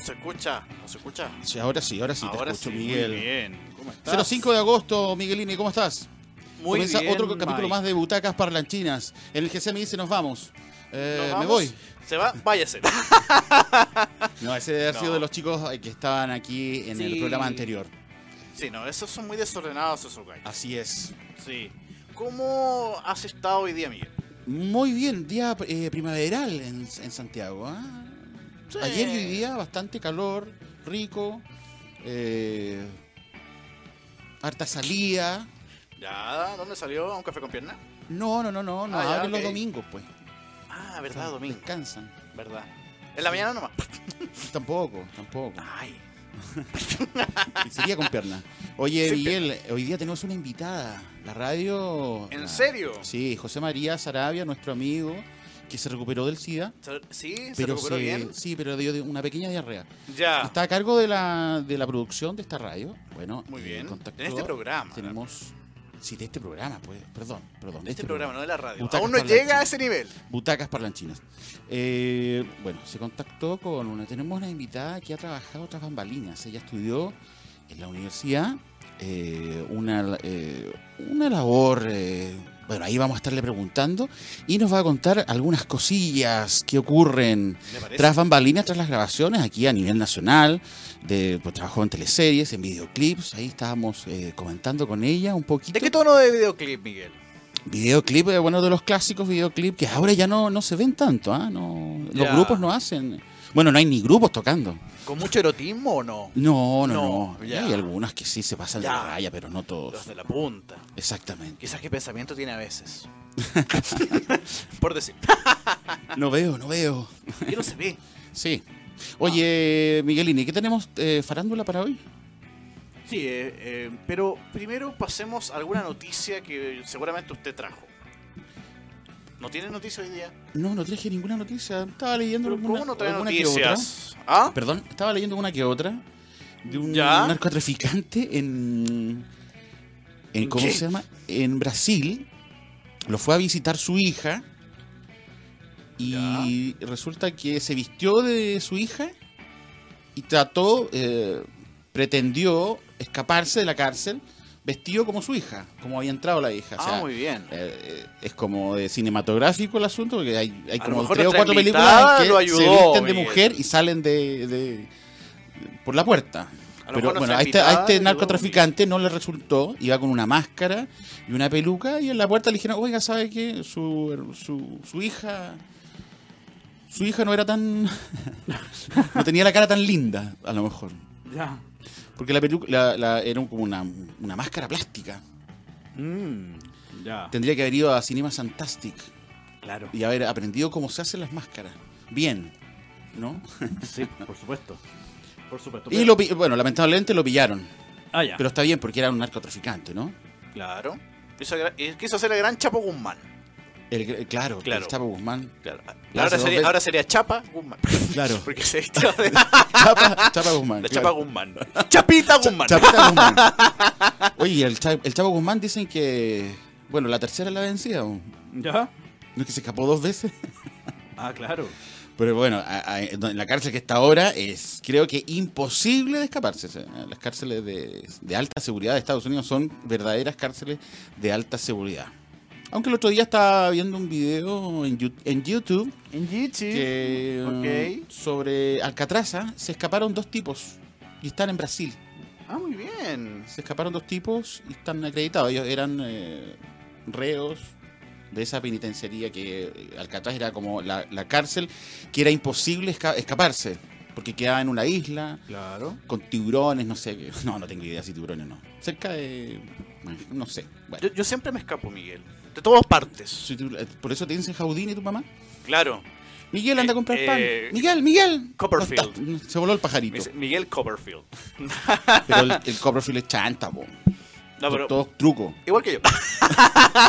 se escucha, no se escucha. Sí, ahora sí, ahora sí Ahora te escucho, sí, Miguel. Muy bien. ¿Cómo estás? 05 de agosto, Miguelini, ¿cómo estás? Muy Comienza bien, otro capítulo Mike. más de Butacas Parlanchinas. En el GC me dice, nos vamos. Eh, ¿Nos Me vamos? voy. Se va, váyase. No, ese debe haber No. sido de los chicos eh, que estaban aquí en el Sí. programa anterior. Sí, no, esos son muy desordenados esos gallos. Así es. Sí. ¿Cómo has estado hoy día, Miguel? Muy bien, día eh, primaveral en, en Santiago. ¿ah? Sí. Ayer y hoy día bastante calor, rico, eh, harta salida. Ya, ¿dónde salió? ¿A ¿Un café con pierna? No, no, no, no, no Ah, ya, abren los ok. domingos, pues. Ah, verdad, domingo. Descansan. Verdad. En la mañana nomás. Tampoco, tampoco. Ay. Y Sería con pierna. Oye, Sin Miguel, hoy día tenemos una invitada. La radio. ¿En la- serio? Sí, José María Sarabia, nuestro amigo, que se recuperó del SIDA. Se- Sí, se Pero recuperó se- bien. Ah. sí, Este pero dio de- una pequeña diarrea. Ya. Está a cargo de la, de la producción de esta radio. Bueno, Muy eh, bien. contactó- En este programa. Tenemos. Sí, de este programa, pues. Perdón, perdón. De este programa, no de la radio. Butacas Aún no para la llega chica. a ese nivel. Butacas parlanchinas. Eh, bueno, se contactó con una. Tenemos una invitada que ha trabajado otras bambalinas. Ella estudió en la universidad eh, una, eh, una labor. eh, bueno, ahí vamos a estarle preguntando y nos va a contar algunas cosillas que ocurren ¿Le parece? tras bambalinas, tras las grabaciones aquí a nivel nacional, de, pues, trabajó en teleseries, en videoclips, ahí estábamos eh, comentando con ella un poquito. ¿De qué tono de videoclip, Miguel? Videoclip, eh, bueno, de los clásicos videoclip que ahora ya no, no se ven tanto, ¿ah? no, los Ya. grupos no hacen. Bueno, no hay ni grupos tocando. ¿Con mucho erotismo o no? No, no, No, no. ya. Hay algunas que sí se pasan de Ya. la raya, pero no Los todos. de la punta. Exactamente. Quizás qué pensamiento tiene a veces. Por decir. No veo, no veo. Yo no se ve. Sí. Oye, Miguelini, ¿qué tenemos eh, farándula para hoy? Sí, eh, eh, pero primero pasemos a alguna noticia que seguramente usted trajo. ¿No tiene noticia hoy día? No, no traje ninguna noticia. Estaba leyendo ¿Pero alguna, ¿Cómo no trae alguna que otra. noticias? ¿Ah? Perdón, estaba leyendo una que otra de un ¿Ya? narcotraficante en, en ¿En ¿cómo qué? se llama? En Brasil. Lo fue a visitar su hija y resulta que se vistió de su hija y trató, eh, pretendió escaparse de la cárcel vestido como su hija, como había entrado la hija. O sea, ah, muy bien. eh, es como de cinematográfico el asunto, porque hay, hay A como lo mejor tres o nuestra cuatro invitada películas en que lo ayudó, se visten de Miguel. mujer y salen de, de- por la puerta. A lo Pero mejor bueno, nuestra a este, a invitada este ayudó, narcotraficante no le resultó, iba con una máscara y una peluca y en la puerta le dijeron, oiga, ¿sabe qué? Su, su, su hija... Su hija no era tan... no tenía la cara tan linda, a lo mejor. Ya. Porque la peluca la- la- era un- como una, una máscara plástica. Mm, ya. Tendría que haber ido a Cinema Fantastic Claro. y haber aprendido cómo se hacen las máscaras. Bien, ¿no? Sí, por supuesto. Por supuesto. Y lo, pi- bueno, lamentablemente lo pillaron, Ah, ya. pero está bien porque era un narcotraficante, ¿no? Claro. Quiso, gra- eh, quiso ser el gran Chapo Guzmán. El, el- claro, Claro. el Chapo Guzmán. Claro. hace Ahora dos sería, veces. ahora sería Chapa Guzmán. Claro. Porque se vistió de Chapa, Chapa Guzmán. la Chapa claro. Guzmán. Chapita Guzmán. Chapita Guzmán. Oye, y el, Cha- el Chapo Guzmán dicen que, bueno, la tercera es la vencida. ¿o? Ya. No es que se escapó dos veces. Ah, claro. Pero bueno, a- a- en la cárcel que está ahora es, creo que imposible de escaparse. O sea, Las cárceles de, de alta seguridad de Estados Unidos son verdaderas cárceles de alta seguridad. Aunque el otro día estaba viendo un video en, Yu- en YouTube En Yichi. que, um, ok. sobre Alcatraza. Se escaparon dos tipos y están en Brasil. Ah, muy bien. Se escaparon dos tipos y están acreditados. Ellos eran eh, reos de esa penitenciaría que eh, Alcatraz era como la, la cárcel que era imposible esca- escaparse porque quedaba en una isla Claro. con tiburones, no sé. qué- No, no tengo idea si tiburones o no. Cerca de. No sé. Bueno, Yo, yo siempre me escapo, Miguel. De todas partes. si tú- eh, por eso te dicen Jaudini tu mamá. Claro. Miguel anda a Eh, comprar eh, pan. Miguel, Miguel. Copperfield. No está- Se voló el Me pajarito. dice Miguel Copperfield. Pero el, el Copperfield es chanta, po. No, pero- Todo truco. Igual que yo.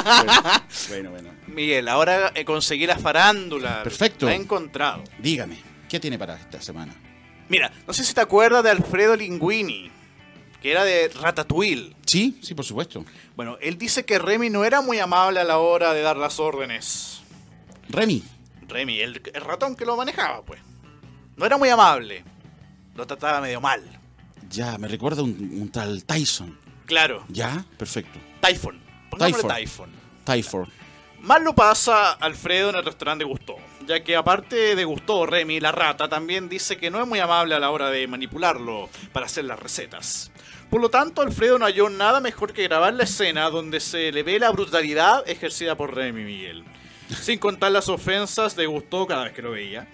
Bueno, bueno. Miguel, ahora eh, conseguí la farándula. Perfecto. La he encontrado. Dígame, ¿qué tiene para esta semana? Mira, no sé si te acuerdas de Alfredo Linguini, que era de Ratatouille. Sí, sí, por supuesto. Bueno, él dice que Remy no era muy amable a la hora de dar las órdenes. Remy. Remy, el, el ratón que lo manejaba, pues. No era muy amable. lo trataba medio mal. Ya, me recuerda un, un tal Tyson. Claro, Ya, perfecto. Typhon. Pongámosle Typhon. Typhon. Tyford. Mal lo pasa Alfredo en el restaurante de Gusto, ya que aparte de Gusto, Remy, la rata, también dice que no es muy amable a la hora de manipularlo para hacer las recetas. Por lo tanto, Alfredo no halló nada mejor que grabar la escena donde se le ve la brutalidad ejercida por Remy Miguel, sin contar las ofensas de Gusto cada vez que lo veía.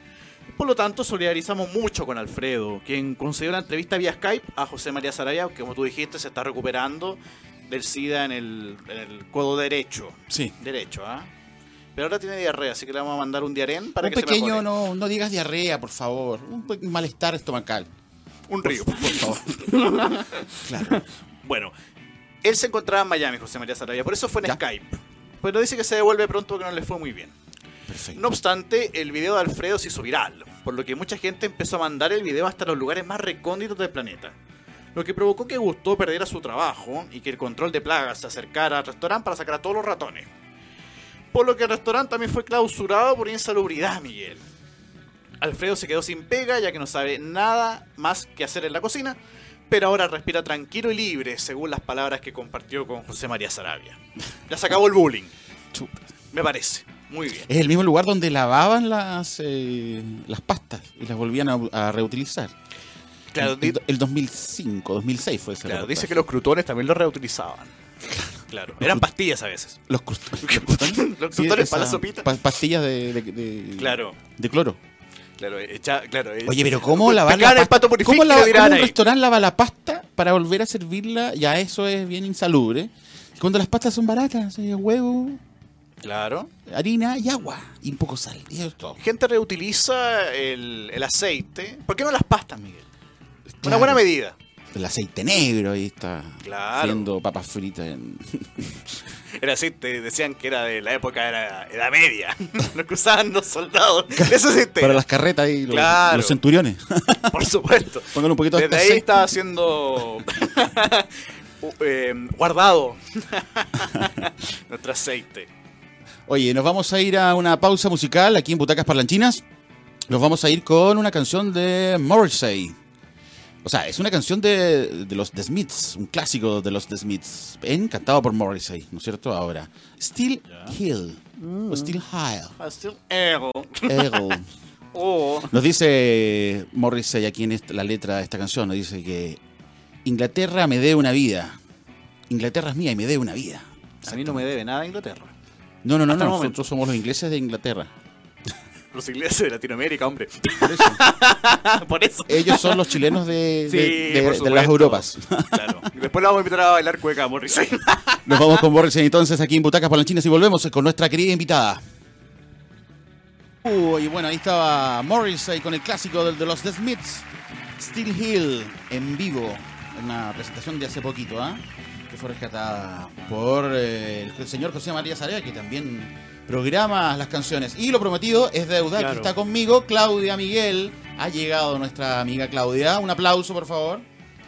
Por lo tanto, solidarizamos mucho con Alfredo, quien concedió una entrevista vía Skype a José María Saraya, que como tú dijiste, se está recuperando del SIDA en el, en el codo derecho. Sí. Derecho, ¿ah? Pero ahora tiene diarrea, así que le vamos a mandar un diarén para un que se pequeño, mejore. no, no digas diarrea, por favor. Un pe- malestar estomacal. Un río. Por favor. claro. Bueno, él se encontraba en Miami, José María Sarabia, por eso fue en Ya. Skype. Pero dice que se devuelve pronto porque no le fue muy bien. Perfecto. No obstante, el video de Alfredo se hizo viral, por lo que mucha gente empezó a mandar el video hasta los lugares más recónditos del planeta. Lo que provocó que Gusto perdiera su trabajo y que el control de plagas se acercara al restaurante para sacar a todos los ratones. Por lo que el restaurante también fue clausurado por insalubridad, Miguel. Alfredo se quedó sin pega ya que no sabe nada más que hacer en la cocina, pero ahora respira tranquilo y libre, según las palabras que compartió con José María Sarabia. Ya se acabó el bullying, Chuta. me parece. Muy bien. Es el mismo lugar donde lavaban las, eh, las pastas y las volvían a, a reutilizar. Claro, el, el 2005, 2006 fue ese Claro, reportaje. dice que los crutones también los reutilizaban. Claro, eran pastillas a veces. Los crustones. crustones. Los crustones esa- para la sopita. pa- pastillas de, de- de- Claro. de cloro. Claro, echa- claro. eh, Oye, pero ¿cómo pe- lavar la pecaban el pasta? pato por ¿Cómo, fin que la, lo tiraban cómo un ahí? restaurante lava la pasta para volver a servirla? Ya eso es bien insalubre. Cuando las pastas son baratas, eh, huevo, Claro. harina y agua. Y un poco sal. Y eso es todo. Gente reutiliza el, el aceite. ¿Por qué no las pastas, Miguel? Una Claro. buena medida. El aceite negro ahí está Claro. haciendo papas fritas. en- El aceite decían que era de la época de la Edad Media. lo que usaban los soldados. Eso aceite. para las carretas ahí, los, Claro. los centuriones. Por supuesto. Pónganle un poquito de Desde ahí aceite. estaba siendo u- eh, guardado nuestro aceite. Oye, nos vamos a ir a una pausa musical aquí en Butacas Parlanchinas. Nos vamos a ir con una canción de Morrissey. O sea, es una canción de, de los The Smiths, un clásico de los The Smiths, en- cantado por Morrissey, ¿no es cierto? Ahora, Still Ya. Hill, o Still High. Hacer un ego. Eagle. Oh. Nos dice Morrissey aquí en est- la letra de esta canción, nos dice que Inglaterra me dé una vida. Inglaterra es mía y me dé una vida. A mí no me debe nada Inglaterra. No, no, no, Hasta no, el nosotros momento. somos los ingleses de Inglaterra. Los ingleses de Latinoamérica, hombre. Por eso. Ah, por eso. Ellos son los chilenos de, Sí, de- de- por de las supuesto. Europas. Claro. Y Después la vamos a invitar a bailar cueca, Morrissey. Nos vamos con Morrison entonces aquí en Butacas Palanchinas y volvemos con nuestra querida invitada. Uy, bueno, ahí estaba Morrissey con el clásico del- de, los The Smiths, Still Hill, en vivo, en una presentación de hace poquito, ¿ah? que fue rescatada por eh, el señor José María Sarea, que también programa las canciones. Y lo prometido es deuda, que Claro. está conmigo Claudia Miguel. Ha llegado nuestra amiga Claudia. Un aplauso, por favor.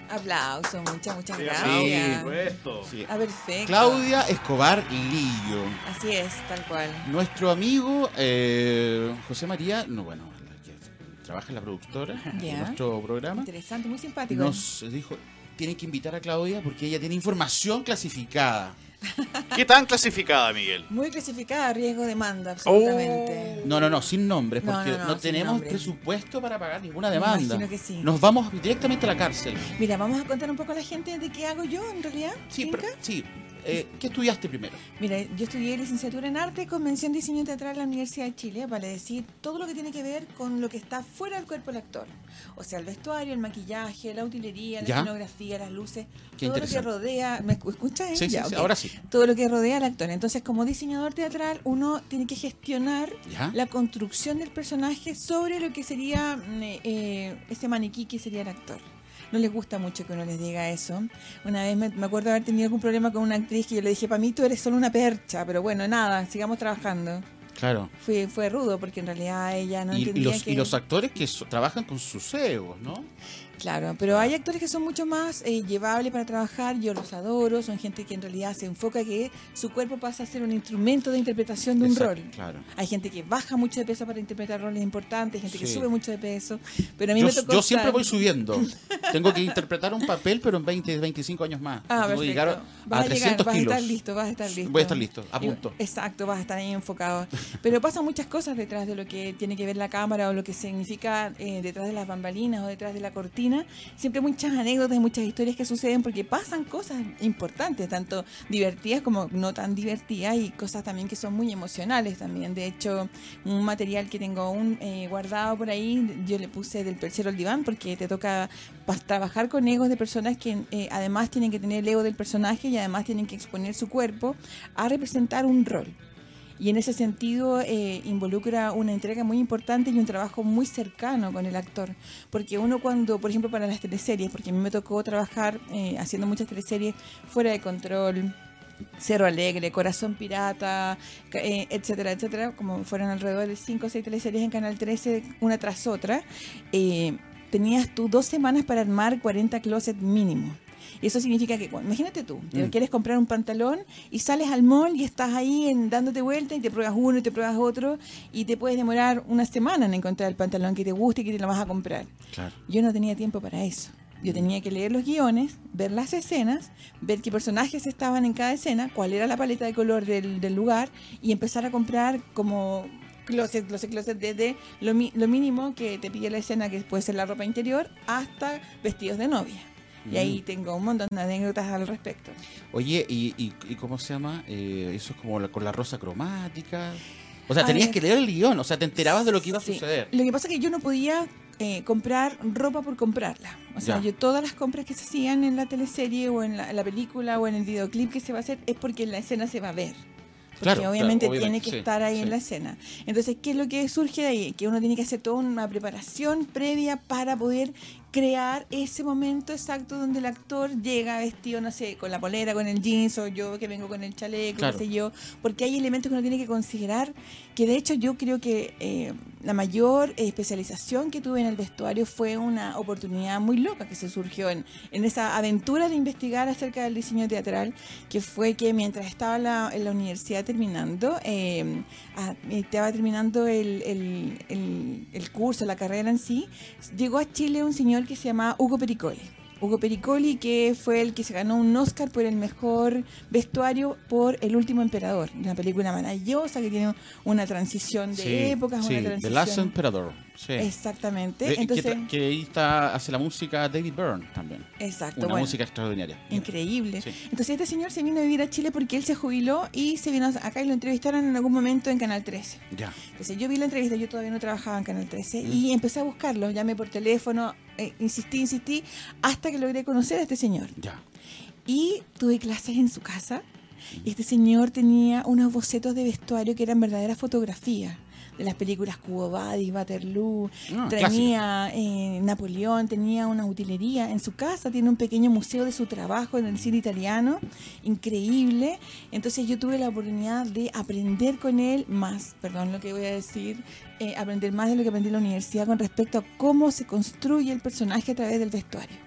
Aplauso, muchas, muchas Ah, aplauso, gracias. Supuesto. Sí. Ah, perfecto. Claudia Escobar Lillo. Así es, tal cual. Nuestro amigo eh, José María, no, bueno, que trabaja en la productora de Ya. nuestro programa, Interesante, muy simpático. ¿eh? nos dijo, tienen que invitar a Claudia porque ella tiene información clasificada. ¿Qué tan clasificada, Miguel? Muy clasificada, riesgo demanda, absolutamente. No, no, no, sin nombres, No, porque no, no, no, sin tenemos nombres. presupuesto para pagar ninguna Me demanda. imagino que sí. Nos vamos directamente a la cárcel. Mira, vamos a contar un poco a la gente de qué hago yo en realidad. Oh. Sí, ¿Tinca? pero, sí. Eh, ¿Qué estudiaste primero? Mira, yo estudié licenciatura en arte, convención diseño teatral en la Universidad de Chile, vale decir todo lo que tiene que ver con lo que está fuera del cuerpo del actor. O sea, el vestuario, el maquillaje, la utilería, la Ya. escenografía, las luces, Qué todo lo que interesante. rodea. ¿Me escu- escuchas? eh? Sí, sí, Ya, sí, ok. ahora sí. Todo lo que rodea al actor. Entonces, como diseñador teatral, uno tiene que gestionar ¿Ya? la construcción del personaje sobre lo que sería mm, eh, eh, ese maniquí que sería el actor. No les gusta mucho que uno les diga eso. Una vez me, me acuerdo haber tenido algún problema con una actriz que yo le dije, para mí tú eres solo una percha, pero bueno, nada, sigamos trabajando. Claro. Fue, fue rudo porque en realidad ella no y, y entendía los, que... y los actores que so- trabajan con sus egos, ¿no? Claro, pero hay actores que son mucho más eh, llevables para trabajar, yo los adoro, son gente que en realidad se enfoca que su cuerpo pasa a ser un instrumento de interpretación de un Exacto, rol. Claro. Hay gente que baja mucho de peso para interpretar roles importantes, gente que Sí. sube mucho de peso, pero a mí Yo, me tocó... yo siempre estar- voy subiendo. Tengo que interpretar un papel, pero en 20, 25 años más. Ah, Tengo perfecto. que llegar a, vas a a 300 llegar, vas kilos. a estar listo, vas a estar listo. Voy a estar listo, a punto. Y- Exacto, vas a estar ahí enfocado. Pero pasan muchas cosas detrás de lo que tiene que ver la cámara o lo que significa eh, detrás de las bambalinas o detrás de la cortina. Siempre muchas anécdotas, muchas historias que suceden porque pasan cosas importantes, tanto divertidas como no tan divertidas y cosas también que son muy emocionales también. De hecho, un material que tengo aún eh, guardado por ahí, yo le puse del perchero al diván porque te toca pa- trabajar con egos de personas que eh, además tienen que tener el ego del personaje y además tienen que exponer su cuerpo a representar un rol. Y en ese sentido eh, involucra una entrega muy importante y un trabajo muy cercano con el actor. Porque uno cuando, por ejemplo, para las teleseries, porque a mí me tocó trabajar eh, haciendo muchas teleseries fuera de control, Cerro Alegre, Corazón Pirata, ca- eh, etcétera, etcétera, como fueron alrededor de 5 o 6 teleseries en Canal 13, una tras otra, eh, tenías tú dos semanas para armar 40 closets mínimo. Y eso significa que, bueno, imagínate tú, te Mm. quieres comprar un pantalón y sales al mall y estás ahí en, dándote vuelta y te pruebas uno y te pruebas otro y te puedes demorar una semana en encontrar el pantalón que te guste y que te lo vas a comprar. Claro. Yo no tenía tiempo para eso. Yo tenía que leer los guiones, ver las escenas, ver qué personajes estaban en cada escena, cuál era la paleta de color del, del lugar y empezar a comprar como closet, closet, closet, desde lo, mi- lo mínimo que te pide la escena, que puede ser la ropa interior, hasta vestidos de novia. Y ahí tengo un montón de anécdotas al respecto. Oye, ¿y, y, y cómo se llama? Eh, eso es como la- con la rosa cromática. O sea, tenías ver. que leer el guión, o sea, te enterabas de lo que iba a Sí. suceder. Lo que pasa es que yo no podía eh, comprar ropa por comprarla. O sea, Ya. yo todas las compras que se hacían en la teleserie o en la, en la película o en el videoclip que se va a hacer es porque en la escena se va a ver. Porque Claro, obviamente, claro, obviamente, tiene que sí, estar ahí sí. en la escena. Entonces, ¿qué es lo que surge de ahí? Que uno tiene que hacer toda una preparación previa para poder crear ese momento exacto donde el actor llega vestido, no sé, con la polera, con el jeans, o yo que vengo con el chaleco, Claro. qué sé yo, porque hay elementos que uno tiene que considerar, que de hecho yo creo que eh, la mayor especialización que tuve en el vestuario fue una oportunidad muy loca que se surgió en, en esa aventura de investigar acerca del diseño teatral, que fue que mientras estaba la- en la universidad terminando, eh, ah, estaba terminando el, el- el- el curso, la carrera en sí, llegó a Chile un señor que se llamaba Hugo Pericoli. Hugo Pericoli, que fue el que se ganó un Oscar por el mejor vestuario por El último emperador, una película maravillosa que tiene una transición de Sí, épocas, sí, una The Last transición. Emperador. Sí. Exactamente. De- que Entonces, tra- que, ahí está, hace la música David Byrne también. exacto. Una bueno. música extraordinaria. Mira. Increíble. Sí. Entonces este señor se vino a vivir a Chile porque él se jubiló y se vino acá y lo entrevistaron en algún momento en Canal 13. Ya. Entonces yo vi la entrevista, yo todavía no trabajaba en Canal 13 Mm. y empecé a buscarlo, llamé por teléfono, eh, insistí, insistí, hasta que logré conocer a este señor. Ya. Y tuve clases en su casa y este señor tenía unos bocetos de vestuario que eran verdaderas fotografías de las películas Cubo Vadis, Waterloo, Ah, tenía eh, Napoleón, tenía una utilería en su casa, tiene un pequeño museo de su trabajo en el cine italiano, increíble. Entonces yo tuve la oportunidad de aprender con él más, perdón lo que voy a decir, eh, aprender más de lo que aprendí en la universidad con respecto a cómo se construye el personaje a través del vestuario.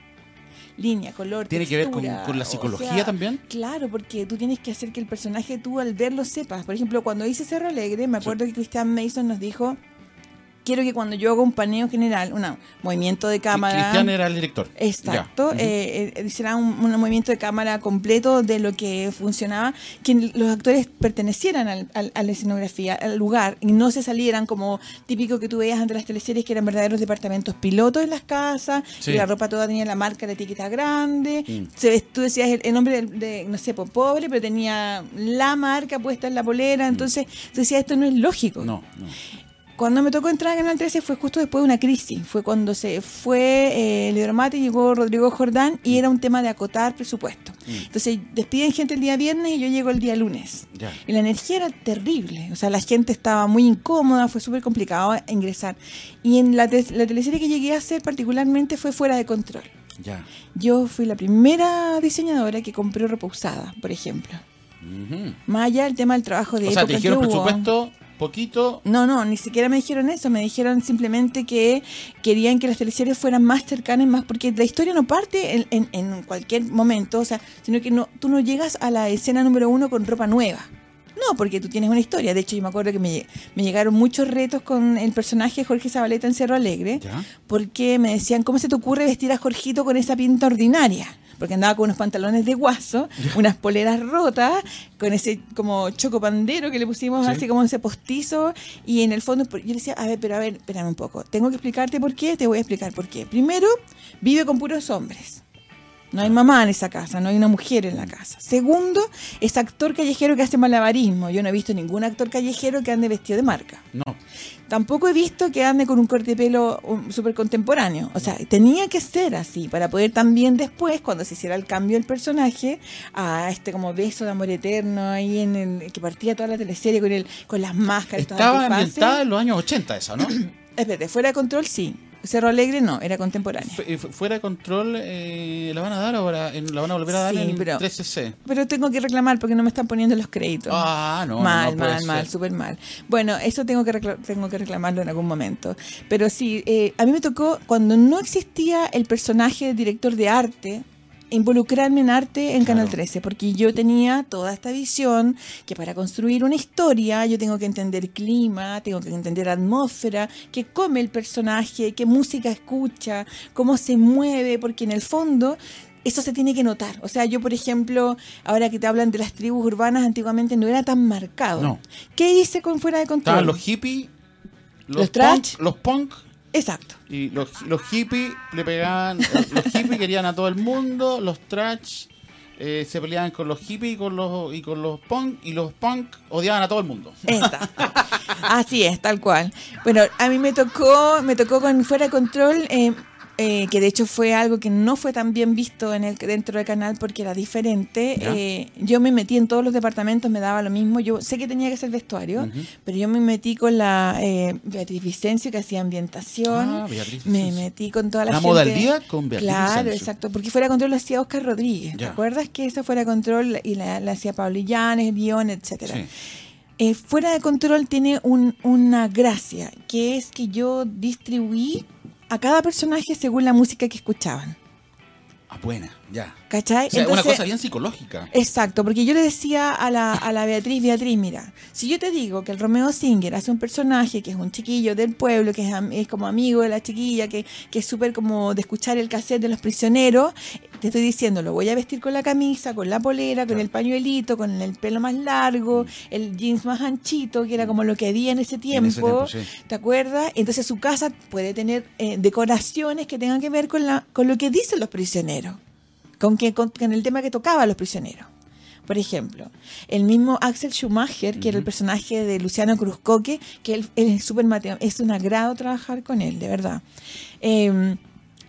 Línea, color, ¿Tiene que ver con, textura, con la o psicología sea, también? Claro, porque tú tienes que hacer que el personaje tú al verlo sepas. Por ejemplo, cuando hice Cerro Alegre, me acuerdo que Christian Mason nos dijo, quiero que cuando yo haga un paneo general, un movimiento de cámara... Cristian era el director. Ya. Exacto, Ujú. eh, eh, hiciera un, un movimiento de cámara completo de lo que funcionaba, que los actores pertenecieran al- al- a la escenografía, al lugar, y no se salieran como típico que tú veías ante las teleseries, que eran verdaderos departamentos pilotos en las casas, Sí. y la ropa toda tenía la marca, la etiqueta grande, Mm. se ve- tú decías el, el nombre del- de, no sé, po- pobre, pero tenía la marca puesta en la polera, entonces tú decías, esto no es lógico. Mm. No, no. Cuando me tocó entrar a Canal 13 fue justo después de una crisis. Fue cuando se fue eh, el hidromate, llegó Rodrigo Jordán Mm. y era un tema de acotar presupuesto. Entonces despiden gente el día viernes y yo llego el día lunes. Ya. Y la energía era terrible. O sea, la gente estaba muy incómoda, fue súper complicado ingresar. Y en la, te- la teleserie que llegué a hacer particularmente fue Fuera de Control. Ya. Yo fui la primera diseñadora que compró reposada, por ejemplo. Ujú. Más allá del tema del trabajo de O sea, época te que dijeron hubo. presupuesto poquito. No, no, ni siquiera me dijeron eso, me dijeron simplemente que querían que las teleseries fueran más cercanas, más porque la historia no parte en, en- en cualquier momento, o sea, sino que no, tú no llegas a la escena número uno con ropa nueva. No, porque tú tienes una historia. De hecho, yo me acuerdo que me, lle- me llegaron muchos retos con el personaje Jorge Zabaleta en Cerro Alegre, ¿Ya? porque me decían, ¿cómo se te ocurre vestir a Jorgito con esa pinta ordinaria? Porque andaba con unos pantalones de guaso, unas poleras rotas, con ese como chocopandero que le pusimos, Sí. así como ese postizo, y en el fondo por- yo le decía, a ver, pero a ver, espérame un poco, tengo que explicarte por qué, te voy a explicar por qué. Primero, vive con puros hombres. No hay mamá en esa casa, no hay una mujer en la casa. Segundo, es actor callejero que hace malabarismo. Yo no he visto ningún actor callejero que ande vestido de marca. No. Tampoco he visto que ande con un corte de pelo um, súper contemporáneo. O sea, tenía que ser así para poder también después, cuando se hiciera el cambio del personaje, a este como beso de amor eterno ahí en el que partía toda la teleserie con el con las máscaras. estos Estaba antifaces. ambientada en los años 80 esa, ¿no? Espérate, fuera de control sí. Cerro Alegre no, era contemporáneo. Fu- eh, fu- fuera de control, eh, la van a dar ahora, en- la van a volver a dar Sí, en pero- 13C. Pero tengo que reclamar porque no me están poniendo los créditos. Ah, no, no, mal, no puede mal, ser. mal, súper mal. Bueno, eso tengo que, recla- tengo que reclamarlo en algún momento. Pero sí, eh, a mí me tocó, cuando no existía el personaje de director de arte, involucrarme en arte en Canal 13, porque yo tenía toda esta visión que para construir una historia yo tengo que entender clima, tengo que entender atmósfera, qué come el personaje, qué música escucha, cómo se mueve, porque en el fondo eso se tiene que notar. O sea, yo, por ejemplo, ahora que te hablan de las tribus urbanas, antiguamente no era tan marcado. No. ¿Qué hice con fuera de Estaban control? los hippies, los, Los punk, trash. los punk, Exacto. y los, los hippies le pegaban, los hippies querían a todo el mundo, los trash eh, se peleaban con los hippies y con los, y con los punk, y los punk odiaban a todo el mundo. Esta. Así es, tal cual. Bueno, a mí me tocó, me tocó con fuera de control. eh, eh, que de hecho fue algo que no fue tan bien visto en el, dentro del canal porque era diferente. Ya. Eh, yo me metí en todos los departamentos, me daba lo mismo. Yo sé que tenía que hacer vestuario, pero yo me metí con la eh, Beatriz Vicencio que hacía ambientación. Ah, Beatriz me Vicencio. metí con toda la, La gente. modalidad con Beatriz Claro, Vicencio. exacto. Porque fuera de control lo hacía Oscar Rodríguez. ¿Te Ya. acuerdas que esa fuera de control y la, la hacía Pablo Illanes, guión, etcétera? Sí. Eh, fuera de control tiene un- una gracia, que es que yo distribuí a cada personaje según la música que escuchaban. Ah, buena, ya. ¿Cachai? O sea, Entonces- eh, una cosa bien psicológica. Exacto, porque yo le decía a la, a la Beatriz, Beatriz, mira, si yo te digo que el Romeo Singer hace un personaje que es un chiquillo del pueblo, que es, am- es como amigo de la chiquilla, que, que es súper como de escuchar el cassette de los prisioneros, te estoy diciendo, lo voy a vestir con la camisa, con la polera, con el pañuelito, con el pelo más Mm. largo, el jeans más anchito, que era como lo que había en ese tiempo. En ese tiempo, sí. ¿Te acuerdas? Entonces su casa puede tener eh, decoraciones que tengan que ver con, la, con lo que dicen los prisioneros, con, que, con, con el tema que tocaba a los prisioneros. Por ejemplo, el mismo Axel Schumacher, que era el personaje de Luciano Cruzcoque, que él, él es súper mateo, es un agrado trabajar con él, de verdad. Eh,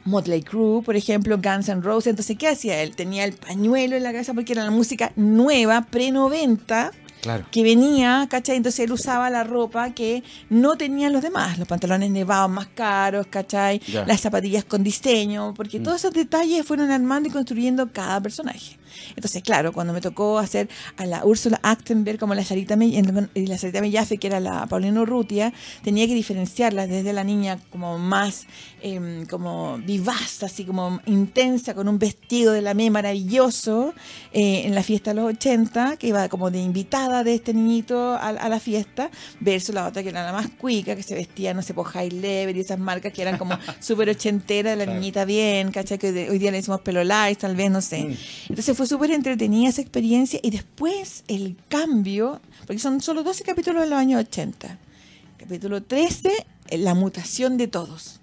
Motley Crue, por ejemplo, Guns N' Roses. Entonces, ¿qué hacía él? Tenía el pañuelo en la cabeza porque era la música nueva, pre-90, Claro. que venía, ¿cachai? Entonces él usaba la ropa que no tenían los demás, los pantalones nevados más caros, ¿cachai? Ya. Mm. Las zapatillas con diseño, porque todos esos detalles fueron armando y construyendo cada personaje. Entonces, claro, cuando me tocó hacer a la Úrsula Actenberg como la Sarita, Me- en- y la Sarita Mellafe, que era la Paulina Urrutia, tenía que diferenciarla desde la niña como más em, como vivaz, así como intensa, con un vestido de la me maravilloso eh, en la fiesta de los 80, que iba como de invitada de este niñito a, a la fiesta, versus la otra que era la más cuica, que se vestía, no sé, por high level y esas marcas que eran como súper ochentera de la niñita bien, ¿cachai? Que de- hoy día le decimos pelo light, tal vez, no Mm. sé. Entonces fue súper entretenida esa experiencia y después el cambio, porque son solo 12 capítulos de los años 80. Capítulo 13, eh, la mutación de todos.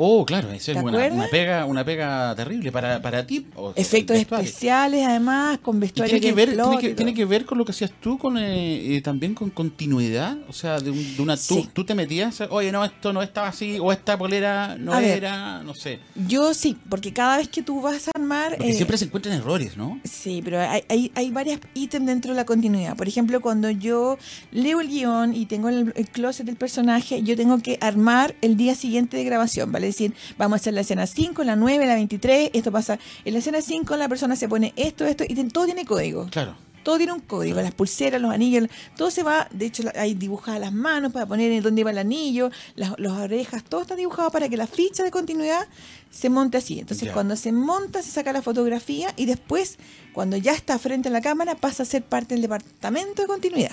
Oh, claro, esa es ¿Te una, acuerdas? una pega, una pega terrible para, para ti. o- Efectos vestuario. especiales, además, con Y vestuario tiene que ver, tiene explota que, y tiene todo. que ver con lo que hacías tú, con eh, eh, también con continuidad, o sea, de, un- de una tú, Sí. tú te metías, oye, no, esto no estaba así, o esta polera no A ver. era, no sé. Yo sí, porque cada vez que tú vas a armar... Porque eh, siempre se encuentran errores, ¿no? Sí, pero hay, hay, hay varios ítems dentro de la continuidad. Por ejemplo, cuando yo leo el guión y tengo el, el closet del personaje, yo tengo que armar el día siguiente de grabación, ¿vale? Es decir, vamos a hacer la escena 5, la 9, la 23, esto pasa. En la escena 5 la persona se pone esto, esto, y ten- todo tiene código. Claro. Todo tiene un código, las pulseras, los anillos, todo se va, de hecho la- hay dibujadas las manos para poner en dónde va el anillo, las las orejas, todo está dibujado para que la ficha de continuidad se monte así. Entonces Ya. cuando se monta se saca la fotografía y después cuando ya está frente a la cámara pasa a ser parte del departamento de continuidad.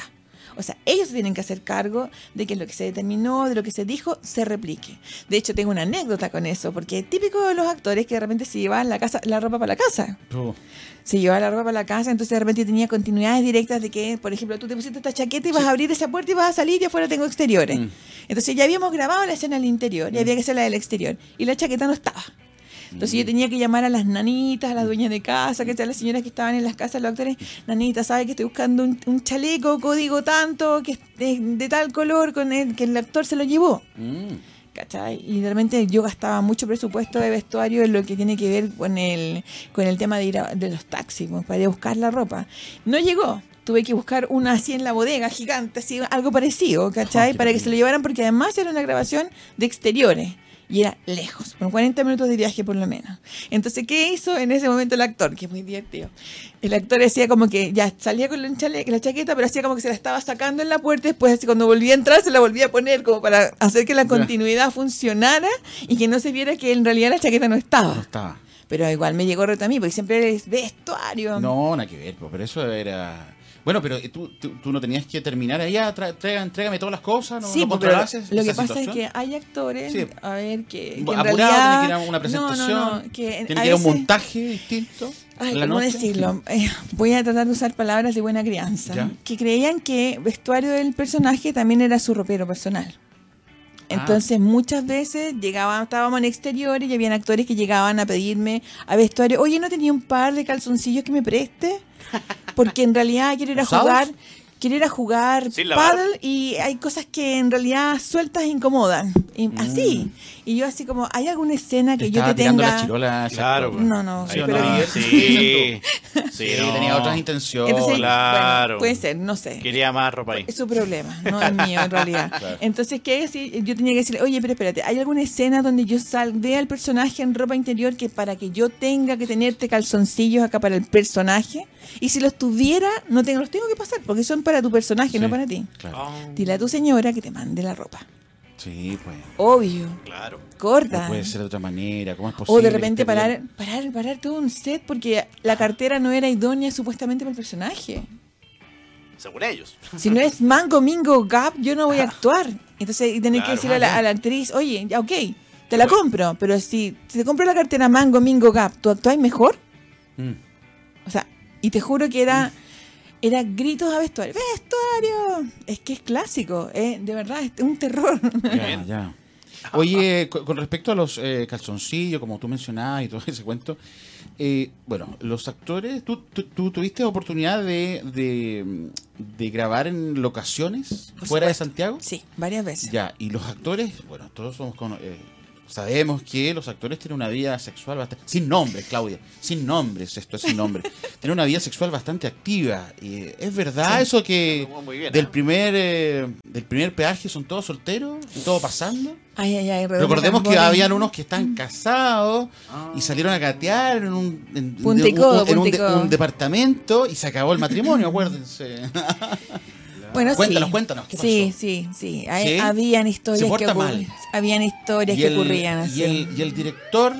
O sea, ellos se tienen que hacer cargo de que lo que se determinó, de lo que se dijo, se replique. De hecho, tengo una anécdota con eso, porque es típico de los actores que de repente se llevaban la, casa, la ropa para la casa. Se llevaba la ropa para la casa, entonces de repente tenía continuidades directas de que, por ejemplo, tú te pusiste esta chaqueta y vas a abrir esa puerta y vas a salir y afuera tengo exteriores. Mm. Entonces ya habíamos grabado la escena al interior y había que hacer la del exterior. Y la chaqueta no estaba. Entonces yo tenía que llamar a las nanitas, a las dueñas de casa, que sean las señoras que estaban en las casas, los actores, nanita, sabe que estoy buscando un, un chaleco, código tanto, que es de, de tal color, con el, que el actor se lo llevó. Mm. ¿Cachai? Y realmente yo gastaba mucho presupuesto de vestuario en lo que tiene que ver con el, con el tema de ir a- de los taxis, pues, para ir a buscar la ropa. No llegó. Tuve que buscar una así en la bodega, gigante, así, algo parecido, ¿cachai? qué para que se lo llevaran, porque además era una grabación de exteriores. Y era lejos, con 40 minutos de viaje por lo menos. Entonces, ¿qué hizo en ese momento el actor? Que es muy divertido. El actor hacía como que ya salía con la chale- la chaqueta, pero hacía como que se la estaba sacando en la puerta y después así cuando volvía a entrar se la volvía a poner como para hacer que la continuidad funcionara y que no se viera que en realidad la chaqueta no No estaba. estaba. Pero igual me llegó reto a mí porque siempre es vestuario. No, nada que ver, po, pero eso era. Bueno, pero eh, tú, tú, tú no tenías que terminar allá, tra- tra- entrégame todas las cosas, no, Sí, no pues, pero controlabas esa lo que pasa situación? es que hay actores, Sí. a ver, que, que en Apurado, realidad... tiene que ir a una presentación, No, no, no, que Tiene a que ir a un veces- montaje distinto. Ay, en la ¿cómo noche. decirlo? Eh, voy a tratar de usar palabras de buena crianza. Ya. Que creían que vestuario del personaje también era su ropero personal. Ah. Entonces muchas veces llegaban, estábamos en exteriores y habían actores que llegaban a pedirme a vestuario, oye, ¿no tenía un par de calzoncillos que me preste? Porque en realidad quiero ir a ¿Usados? jugar, quiero ir a jugar Sin lavar. paddle y hay cosas que en realidad sueltas e incomodan. Y así. Y yo así como, ¿hay alguna escena Mm. Te que yo estaba te tirando la tenga... chirola. a ese Claro, actor. pues. No, no, Ahí pero- andaba. Sí, sí, Sí, no. tenía otras intenciones. Entonces, Claro. bueno, puede ser, no sé. Quería más ropa ahí. Es su problema, no es mío en realidad. Entonces, ¿qué decir? Yo tenía que decirle, oye, pero espérate, ¿hay alguna escena donde yo sal vea al personaje en ropa interior que para que yo tenga que tenerte calzoncillos acá para el personaje? Y si los tuviera, no te los tengo que pasar, porque son para tu personaje, no Sí. para ti. Ah. Claro. Dile a tu señora que te mande la ropa. Sí, pues. Obvio, Claro. No corta. puede ser de otra manera. ¿Cómo es posible? O que de repente esté bien? parar, parar, parar todo un set porque la cartera no era idónea supuestamente para el personaje. Según ellos. Si no es Mango Mingo Gap, yo no voy a actuar. Entonces, y tener que Claro, decirle a la, a la actriz, oye, ya ok, te la compro, pero si si te compro la cartera Mango Mingo Gap, ¿tú actuás mejor? Mm. O sea, y te juro que era, era gritos a vestuario. ¡Vestuario! Es que es clásico, eh, de verdad, es un terror. Ya, ya. Oye, co- con respecto a los eh, calzoncillos, como tú mencionabas y todo ese cuento, eh, bueno, los actores, ¿tú, tú, tú tuviste oportunidad de, de, de grabar en locaciones Por fuera de supuesto. Santiago? Sí, varias veces. Ya, y los actores, bueno, todos somos cono- eh, sabemos que los actores tienen una vida sexual bastante... Sin nombres, Claudia, sin nombres, esto es sin nombre. tienen una vida sexual bastante activa. eh, ¿Es verdad eso que Muy bien, del, ¿eh? primer, eh, del primer peaje son todos solteros y todo pasando? Ay, ay, ay, redoble Recordemos que tambores. habían unos que están Mm. casados Ah. y salieron a gatear en un, en- Punta de- y codo, un- en un punta y de- codo. un departamento y se acabó el matrimonio, acuérdense. Bueno, Cuéntanos, sí. cuéntanos, ¿qué Sí, pasó? sí, sí. Hay- ¿Sí? Habían Se historias que porta ocurrían. mal. Habían historias y, que el, ocurrían así. y, el, y el director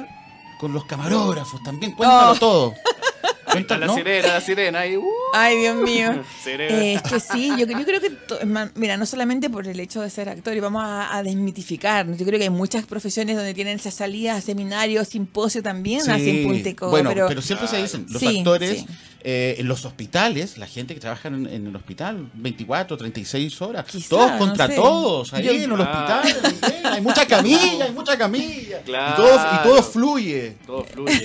con los camarógrafos también, cuéntalo todo. Está Cuéntalo, la ¿no? sirena, la sirena y uh, Ay, Dios mío. sirena. Eh, es que sí, yo, yo creo que, to- ma- mira, no solamente por el hecho de ser actor, y vamos a, a desmitificar, yo creo que hay muchas profesiones donde tienen esas salidas a seminarios, simposio también, Sí, hacen punta y codo, bueno, pero, pero siempre se dicen, los Sí, actores sí. eh, en los hospitales, la gente que trabaja en, en el hospital, 24, 36 horas, Quizá, todos no contra sé. todos, ahí Yo- en el Ah. hospital, bien, hay mucha camilla, hay mucha camilla, Claro. y, todo, y todo fluye. Todo fluye.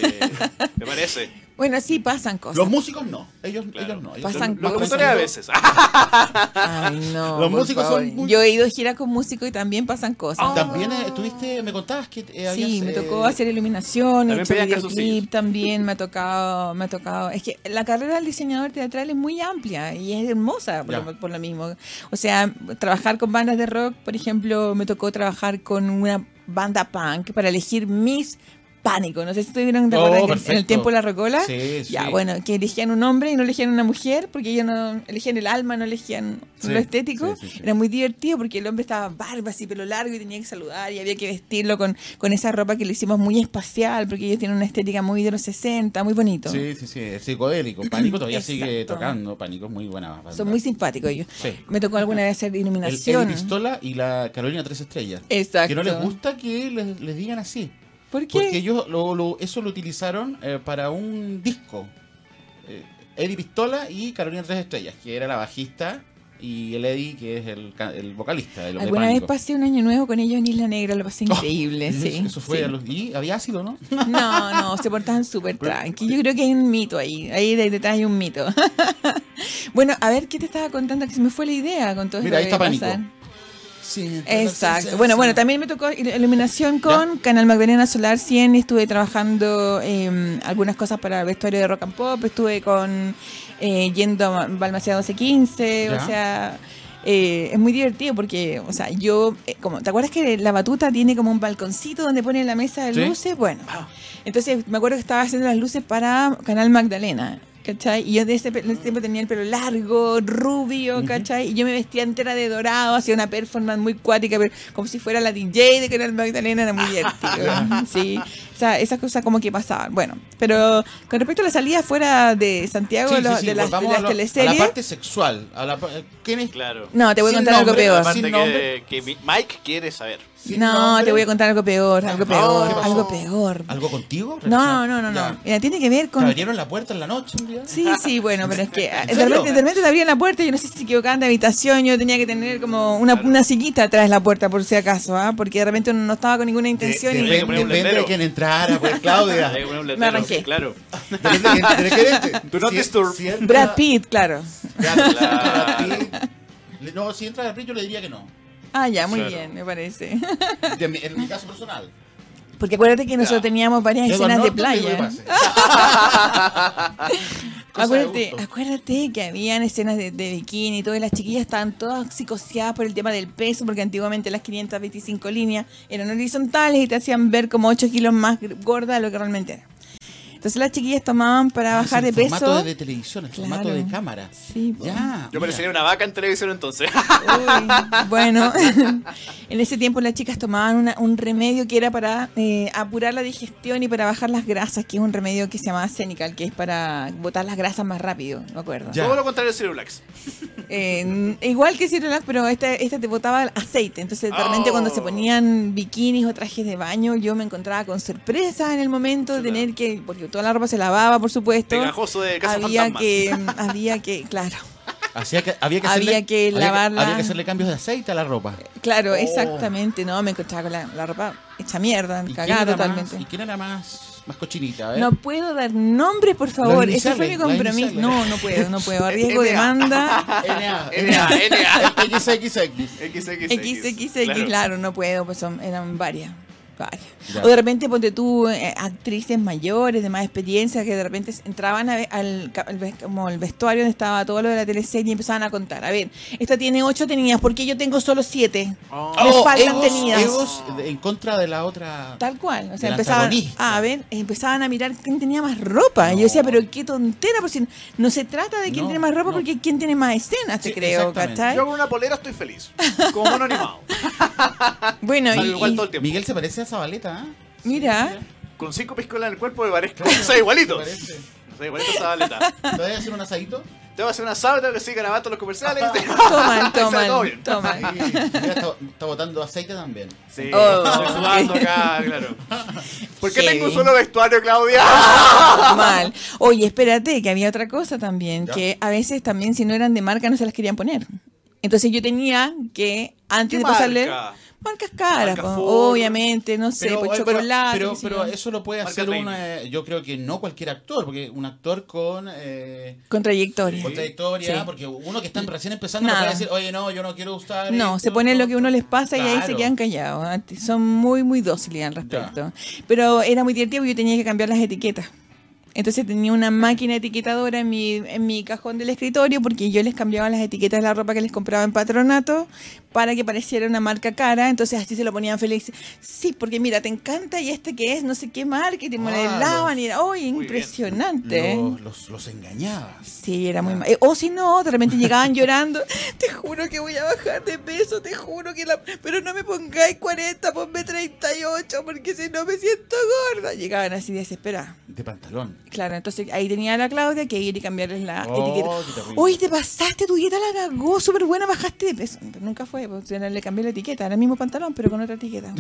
¿Te parece? bueno, sí pasan cosas. Los músicos no, ellos, Claro. ellos no. ellos Pasan son Los más locutores a tranquilos. veces. Ah, Ay, no, los por músicos son muy- Yo he ido a gira con músicos y también pasan cosas. Ah. También eh, tuviste, me contabas que eh, habías, Sí, me eh, tocó hacer iluminación, También he hecho pedían videoclip, calzoncillos. también me ha tocado, me ha tocado. Es que la carrera del diseñador teatral es muy amplia y es hermosa por, Ya. lo, por lo mismo. O sea, trabajar con bandas de rock, por ejemplo, me tocó trabajar con una banda punk para elegir mis pánico. No sé si estuvieron ¿te Oh, acuerdas que en- en el perfecto. tiempo de la Rocola. Sí, Ya, sí. bueno, que elegían un hombre y no elegían una mujer, porque ellos no elegían el alma, no elegían Sí, lo estético. sí, sí, sí. Era muy divertido porque el hombre estaba barba así, pelo largo y tenía que saludar y había que vestirlo con, con esa ropa que le hicimos muy espacial, porque ellos tienen una estética muy de los 60, muy bonito. Sí, sí, sí, es psicodélico. Pánico todavía sigue Exacto. tocando. Pánico es muy buena. banda. Son muy simpáticos ellos. Sí. Me tocó alguna vez hacer El Eddie iluminación. Pistola y la Carolina Tres Estrellas. Exacto. Que no les gusta que les, les digan así. ¿Por qué? Porque ellos lo- lo- eso lo utilizaron eh, para un disco. Eh, Eddie Pistola y Carolina Tres Estrellas, que era la bajista, y el Eddie, que es el, ca- el vocalista de los de Alguna vez Pánico. Oh, pasé un año nuevo con ellos en Isla Negra, lo pasé increíble, sí. Eso fue sí. a los- Y había ácido, ¿no? No, no, se portaban súper tranqui. Yo creo que hay un mito ahí, ahí de- detrás hay un mito. bueno, a ver, ¿qué te estaba contando? Que se me fue la idea con todo Mira, ahí esto está que Pánico. pasar. Sí. Exacto. Bueno, bueno, también me tocó il- iluminación con Canal Magdalena Solar 100. Estuve trabajando eh, algunas cosas para el vestuario de rock and pop. Estuve con eh, yendo a Balmaceda 1215. Ya. O sea, eh, es muy divertido porque, o sea, yo, eh, como, ¿te acuerdas que la batuta tiene como un balconcito donde pone la mesa de Sí. Ah. luces? Bueno, entonces me acuerdo que estaba haciendo las luces para Canal Magdalena. ¿Cachai? Y yo de ese pe- de ese tiempo tenía el pelo largo, rubio, ¿cachai? Y yo me vestía entera de dorado, hacía una performance muy cuática, pero como si fuera la DJ de Canal Magdalena, era muy divertido. sí. O sea, esas cosas como que pasaban. Bueno, pero con respecto a la salida fuera de Santiago, Sí, sí, lo- sí, de las, de volvamos las a lo- teleseries. A la parte sexual. A la, pa- ¿Quién es? Claro. No, te voy a Sin contar algo nombre, peor. aparte- Parte sin que, nombre. que mi- Mike quiere saber. Sin No, nombre. te voy a contar algo peor, algo Ah, peor, ¿qué pasó? algo peor. ¿Algo contigo? No, no, no, Ya. no. Mira, tiene que ver ¿Te con abrieron la puerta en la noche un día? Sí, sí, bueno, pero es que eh, de serio? repente, de repente te abrían la puerta, yo no sé si se equivocaban de habitación, yo tenía que tener como una, una sillita atrás de la puerta por si acaso, ¿ah? porque de repente uno no estaba con ninguna intención de- y- Tenía que poner Depende, un depende de letrero. quién entrara, pues Claudia. Hay que poner un letrero, Me arranqué. Claro. Depende de quién- de quién entre. Do not Si- disturb. si entra- Brad Pitt, claro. Claro, si entra Claro. Brad Pitt, le- No, si entra Brad Pitt yo le diría que no. Ah, ya, muy Claro. bien, me parece. De mi- en mi caso personal. Porque acuérdate que nosotros teníamos varias Edward escenas de Norton, playa. digo que pase. Cosa de Acuérdate, gusto. acuérdate que habían escenas de, de bikini y todas las chiquillas estaban todas psicoseadas por el tema del peso, porque antiguamente las 525 líneas eran horizontales y te hacían ver como 8 kilos más gr- gorda de lo que realmente era. Entonces las chiquillas tomaban para Ah, bajar sí, de peso. Formato de televisión, el formato Claro. de cámara. Sí, po. Ya. Yo mira. parecería una vaca en televisión entonces. Uy, bueno, en ese tiempo las chicas tomaban una- un remedio que era para eh, apurar la digestión y para bajar las grasas, que es un remedio que se llamaba Cenical, que es para botar las grasas más rápido, me acuerdo. Ya. Todo lo contrario de Ciro Blacks. Eh, igual que Cirulac, pero esta, esta te botaba aceite. Entonces, de repente, Oh. cuando se ponían bikinis o trajes de baño, yo me encontraba con sorpresa en el momento de Chuta. tener que. Porque toda la ropa se lavaba, por supuesto. Pegajoso de Casa Había Fantasmas. que, había que, claro, Hacía que- había que Había hacerle, que había lavarla. había que hacerle cambios de aceite a la ropa. Oh. claro, exactamente, no, me encontraba con la, la ropa hecha mierda, ¿Y quién cagada era más- totalmente. ¿Y quién era más, más cochinita? ¿eh? A ver. No puedo dar nombres, por favor. Las Ese fue mi iniciales, las compromiso. iniciales. No, no puedo, no puedo. Arriesgo NA. Ah, demanda. NA, NA, NA. XXX. XXX, claro. no puedo, pues son- eran varias. varias. Ya. O de repente, ponte tú, eh, actrices mayores, de más experiencia, que de repente entraban a ve- al, ca- al ve- como el vestuario donde estaba todo lo de la teleserie y empezaban a contar. A ver, esta tiene ocho tenidas, ¿por qué yo tengo solo siete? Oh. Me faltan egos- tenidas. egos de- en contra de la otra. Tal cual. O sea, Del empezaban antagonista. a ver, empezaban a mirar quién tenía más ropa. Y yo decía, pero qué tontera, por si no se trata de quién No, tiene más ropa, no. porque quién tiene más escenas, Sí, te creo, exactamente. ¿cachai? Yo con una polera estoy feliz. Como mono animado. Bueno, Salgo y, igual y- todo el tiempo. Miguel se parece a Zabaleta, ¿ah? mira, Con cinco piscolas en el cuerpo me parezco. Soy igualito. Se parece. Soy igualito a esa baleta. ¿Te vas a hacer un asadito? Tengo que hacer una sábado, tengo que seguir grabando los comerciales. toman, todo toman, bien. Sí. toman. Mira, está, está botando aceite también. Sí, Oh. estoy sudando acá, claro. ¿Por qué Sí. Ah. tengo un solo vestuario, Claudia? Mal. Oye, espérate, que había otra cosa también, Ya. que a veces también si no eran de marca no se las querían poner. Entonces yo tenía que, antes ¿Qué de pasarle... marca? Marcas caras, Marca po, Ford. obviamente, no sé, Pero, pues ay, pero- chocolate. pero, qué sé pero yo. eso lo puede Marca hacer Training. una, eh, yo creo que no cualquier actor, porque un actor con eh, Con trayectoria. con trayectoria, Sí. porque uno que está recién empezando Nada. no puede decir, oye, no, yo no quiero usar. No, esto, se ponen lo que uno les pasa y ahí se Claro. quedan callados. Antes Son muy, muy dóciles al respecto. Pero era muy divertido porque yo tenía que cambiar las etiquetas. Entonces tenía una máquina etiquetadora en mi, en mi cajón del escritorio porque yo les cambiaba las etiquetas de la ropa que les compraba en patronato para que pareciera una marca cara. Entonces así se lo ponían feliz. Sí, porque mira, te encanta y este que es, no sé qué marca, y te Ah, modelaban. Y era, ¡Uy, bien. impresionante! Los, los, los engañabas. Sí, era Ah. muy mal. O si no, de repente llegaban llorando. Te juro que voy a bajar de peso, te juro que la. Pero no me pongáis 40, ponme 38, porque si no me siento gorda. Llegaban así desesperadas. De pantalón. Claro, entonces ahí tenía a la Claudia que ir y cambiarles la Oh, qué etiqueta. terrible. Uy, te pasaste, tu dieta la cagó, súper buena, bajaste de peso. Pero nunca fue, porque le cambié la etiqueta, era el mismo pantalón, pero con otra etiqueta. Mm,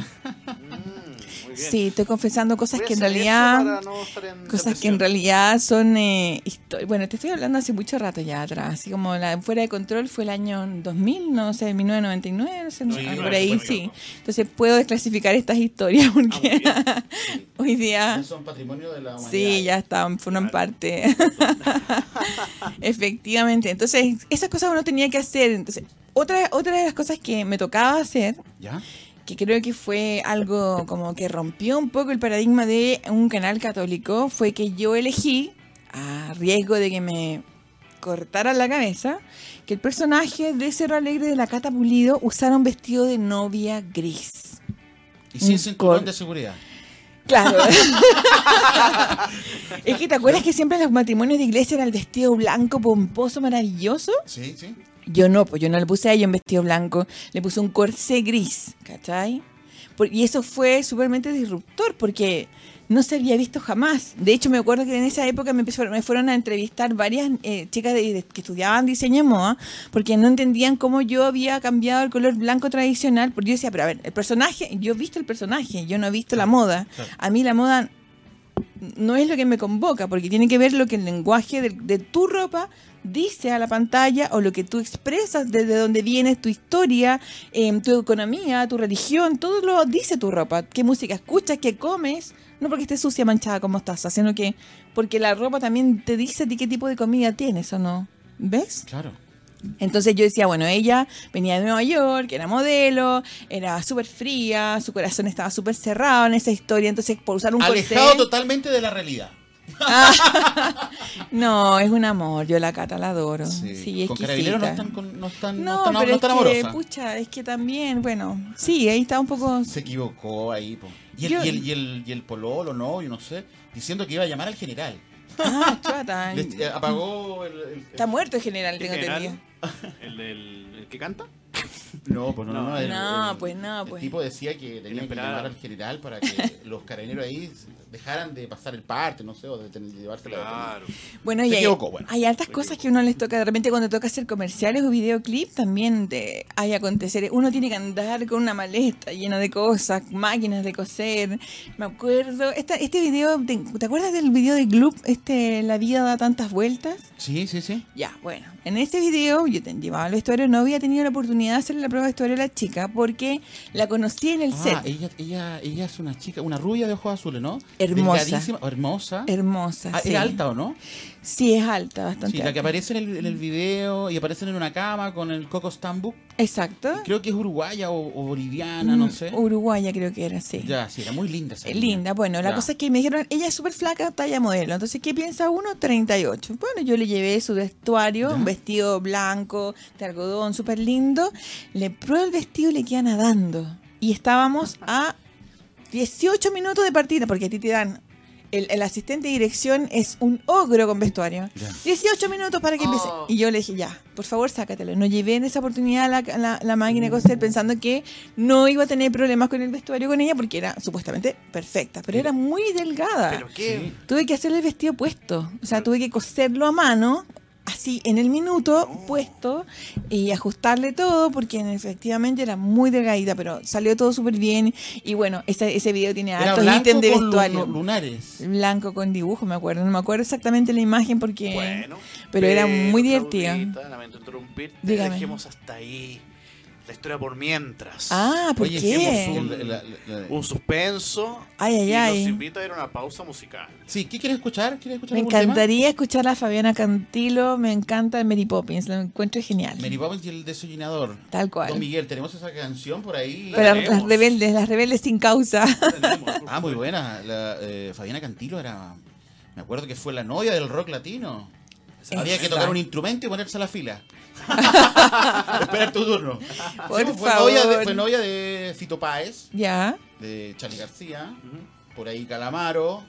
Muy bien. Sí, estoy confesando cosas Voy a que en hacer eso realidad. para no estar en Cosas que depresión. en realidad son eh, histo- Bueno, te estoy hablando hace mucho rato ya atrás. Así como la fuera de control fue el año 2000, no sé, 1999, no sé, Sí, ah, no, por ahí bueno, sí. claro. Entonces puedo desclasificar estas historias porque Ah, hoy día Son patrimonio de la humanidad. Ah. sí, ya están, forman parte. Efectivamente. Entonces, esas cosas uno tenía que hacer. Entonces, otra, otra de las cosas que me tocaba hacer ¿Ya? que creo que fue algo como que rompió un poco el paradigma de un canal católico, fue que yo elegí, a riesgo de que me cortaran la cabeza, que el personaje de Cerro Alegre de la Cata Pulido usara un vestido de novia gris. Y sin Un cinturón cor- de seguridad. Claro. es que te acuerdas que siempre en los matrimonios de iglesia era el vestido blanco, pomposo, maravilloso. Sí, sí. Yo no, pues yo no le puse a ella un vestido blanco, le puse un corsé gris, ¿cachai? Por- y eso fue súpermente disruptor porque no se había visto jamás. De hecho, me acuerdo que en esa época me, empezaron- me fueron a entrevistar varias eh, chicas de- de- que estudiaban diseño de moda porque no entendían cómo yo había cambiado el color blanco tradicional. Porque yo decía, pero a ver, el personaje, yo he visto el personaje, yo no he visto la moda. A mí la moda no es lo que me convoca, porque tiene que ver lo que el lenguaje de, de tu ropa dice a la pantalla o lo que tú expresas desde donde vienes, tu historia, em, tu economía, tu religión, todo lo dice tu ropa, qué música escuchas, qué comes, no porque esté sucia, manchada como estás, sino que porque la ropa también te dice a ti qué tipo de comida tienes o no. ¿Ves? Claro. Entonces yo decía, bueno, ella venía de Nueva York, era modelo, era súper fría, su corazón estaba súper cerrado en esa historia, entonces por usar un corsé... Alejado totalmente de la realidad. No, es un amor, yo la Cata la adoro. Ah, Sí, es con carabineros no exquisita. están, con- no están, no No, están, no pero están es que, amorosas. pucha, es que también, bueno, sí, ahí está un poco... Se equivocó ahí. po. Y, el, Yo- y, el, y, el, y el pololo, no, yo no sé, diciendo que iba a llamar al general. Ah, chata. Les- eh, apagó el, el- Está muerto en general, tengo ¿Qué general? entendido. ¿El, del- el que canta? No, pues no, no. No, el- no, el- pues no, el pues. tipo decía que tenía que emperador. llamar al general para que los carabineros ahí dejaran de pasar el parte, no sé, o de, tener- de llevarse la Claro. Bueno, Se y hay, equivocó, bueno, hay hartas cosas que uno les toca. De repente, cuando toca hacer comerciales o videoclip, también te- hay aconteceres. Uno tiene que andar con una maleta llena de cosas, máquinas de coser. Me acuerdo. Esta, este video, ¿te, te acuerdas del video de Gloop? Este, La vida da tantas vueltas. Sí, sí, sí. Ya, bueno, en ese video yo te llevaba el vestuario, no había tenido la oportunidad de hacerle la prueba de vestuario a la chica porque la conocí en el set. Ah, ella, ella, ella es una chica, una rubia de ojos azules, ¿no? Hermosa. Delgadísima, Hermosa. Hermosa. Ah, sí. ¿Era alta o no? Sí, es alta, bastante. Sí, la que alta. aparece en el, en el video y aparecen en una cama con el Coco Stambuk. Exacto. Creo que es uruguaya o, o boliviana, no Mm, sé. Uruguaya creo que era, sí. Ya, sí, era muy linda esa Eh, niña. Linda, bueno, la Ya. cosa es que me dijeron, ella es súper flaca, talla modelo. Entonces, ¿qué piensa uno? 38. Bueno, yo le llevé su vestuario, un vestido blanco, de algodón, súper lindo. Le pruebo el vestido y le queda nadando. Y estábamos a 18 minutos de partida, porque a ti te dan. El, el asistente de dirección es un ogro con vestuario. Ya. 18 minutos para que empiece. Oh. Y yo le dije, ya, por favor, sácatelo. No llevé en esa oportunidad la, la- la máquina de coser pensando que no iba a tener problemas con el vestuario con ella porque era supuestamente perfecta, pero era muy delgada. ¿Pero qué? Sí. Tuve que hacerle el vestido puesto. O sea, tuve que coserlo a mano, así en el minuto Oh. puesto, y ajustarle todo, porque efectivamente era muy delgadita, pero salió todo súper bien. Y bueno, ese, ese video tiene Era altos blanco ítems de con lu- vestuario. lu- lunares. Blanco con dibujo, me acuerdo. No me acuerdo exactamente la imagen porque. Bueno, pero era muy divertida. Claudita, lamento interrumpirte, Dígame. Dejemos hasta ahí la historia por mientras. Ah, ¿por Oye, qué? hicimos un- la- la- la- Un suspenso. Ay, ay, y ay. Nos invita a ir a una pausa musical. Sí, ¿qué quieres escuchar? ¿Quieres escuchar Me algún tema? encantaría escuchar a Fabiana Cantilo, me encanta Mary Poppins, la encuentro genial. Mary Poppins y el desollinador. Tal cual. Don Miguel, tenemos esa canción por ahí. Pero tenemos. las rebeldes, las rebeldes sin causa. Tenemos, por Ah, muy supuesto. buena. La, eh, Fabiana Cantilo era. Me Me acuerdo que fue la novia del rock latino. Es Había que verdad. tocar un instrumento y ponerse a la fila. Esperar tu turno. Por Sí, fue, novia de, favor. fue novia de Fito Páez, Ya. de Charlie García, por ahí Calamaro.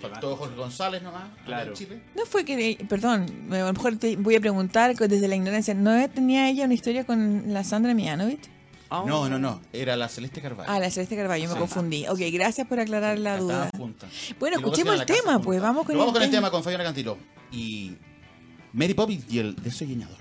Faltó Jorge González nomás, Claro. en Chile. No fue que, perdón, a lo mejor te voy a preguntar desde la ignorancia, ¿no tenía ella una historia con la Sandra Mianovich? No, no, no. Era la Celeste Carvalho. Ah, la Celeste Carballo, me Sí. confundí. Ok, gracias por aclarar la duda. Estaban juntas. Bueno, Y luego escuchemos se iban a la el tema, casa pues, juntas. vamos Nos con el vamos con el tema. tema con Fabiana Cantilo. Y Mary Poppins y el desollinador.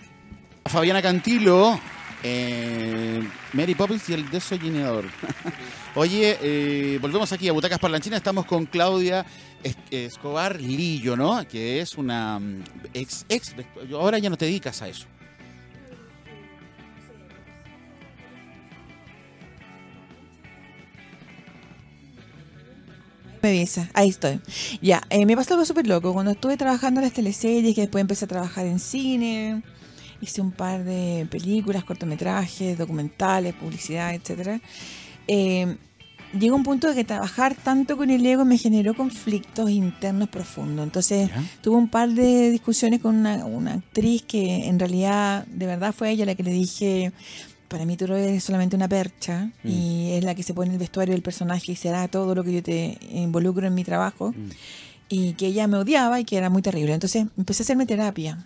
Fabiana Cantilo, eh, Mary Poppins y el desollinador. Oye, eh, volvemos aquí a Butacas Parlanchinas. Estamos con Claudia Es- Escobar Lillo, ¿no? Que es una mm, ex, ex. Ahora ya no te dedicas a eso. Me avisa, ahí estoy. Ya, eh, me pasó algo súper loco. Cuando estuve trabajando en las teleseries, que después empecé a trabajar en cine, hice un par de películas, cortometrajes, documentales, publicidad, etcétera. Eh, llegó un punto de que trabajar tanto con el ego me generó conflictos internos profundos. Entonces, ¿Ya? tuve un par de discusiones con una, una actriz que en realidad, de verdad, fue ella la que le dije. Para mí tú eres solamente una percha y es la que se pone el vestuario del personaje y será todo lo que yo te involucro en mi trabajo y que ella me odiaba y que era muy terrible. Entonces empecé a hacerme terapia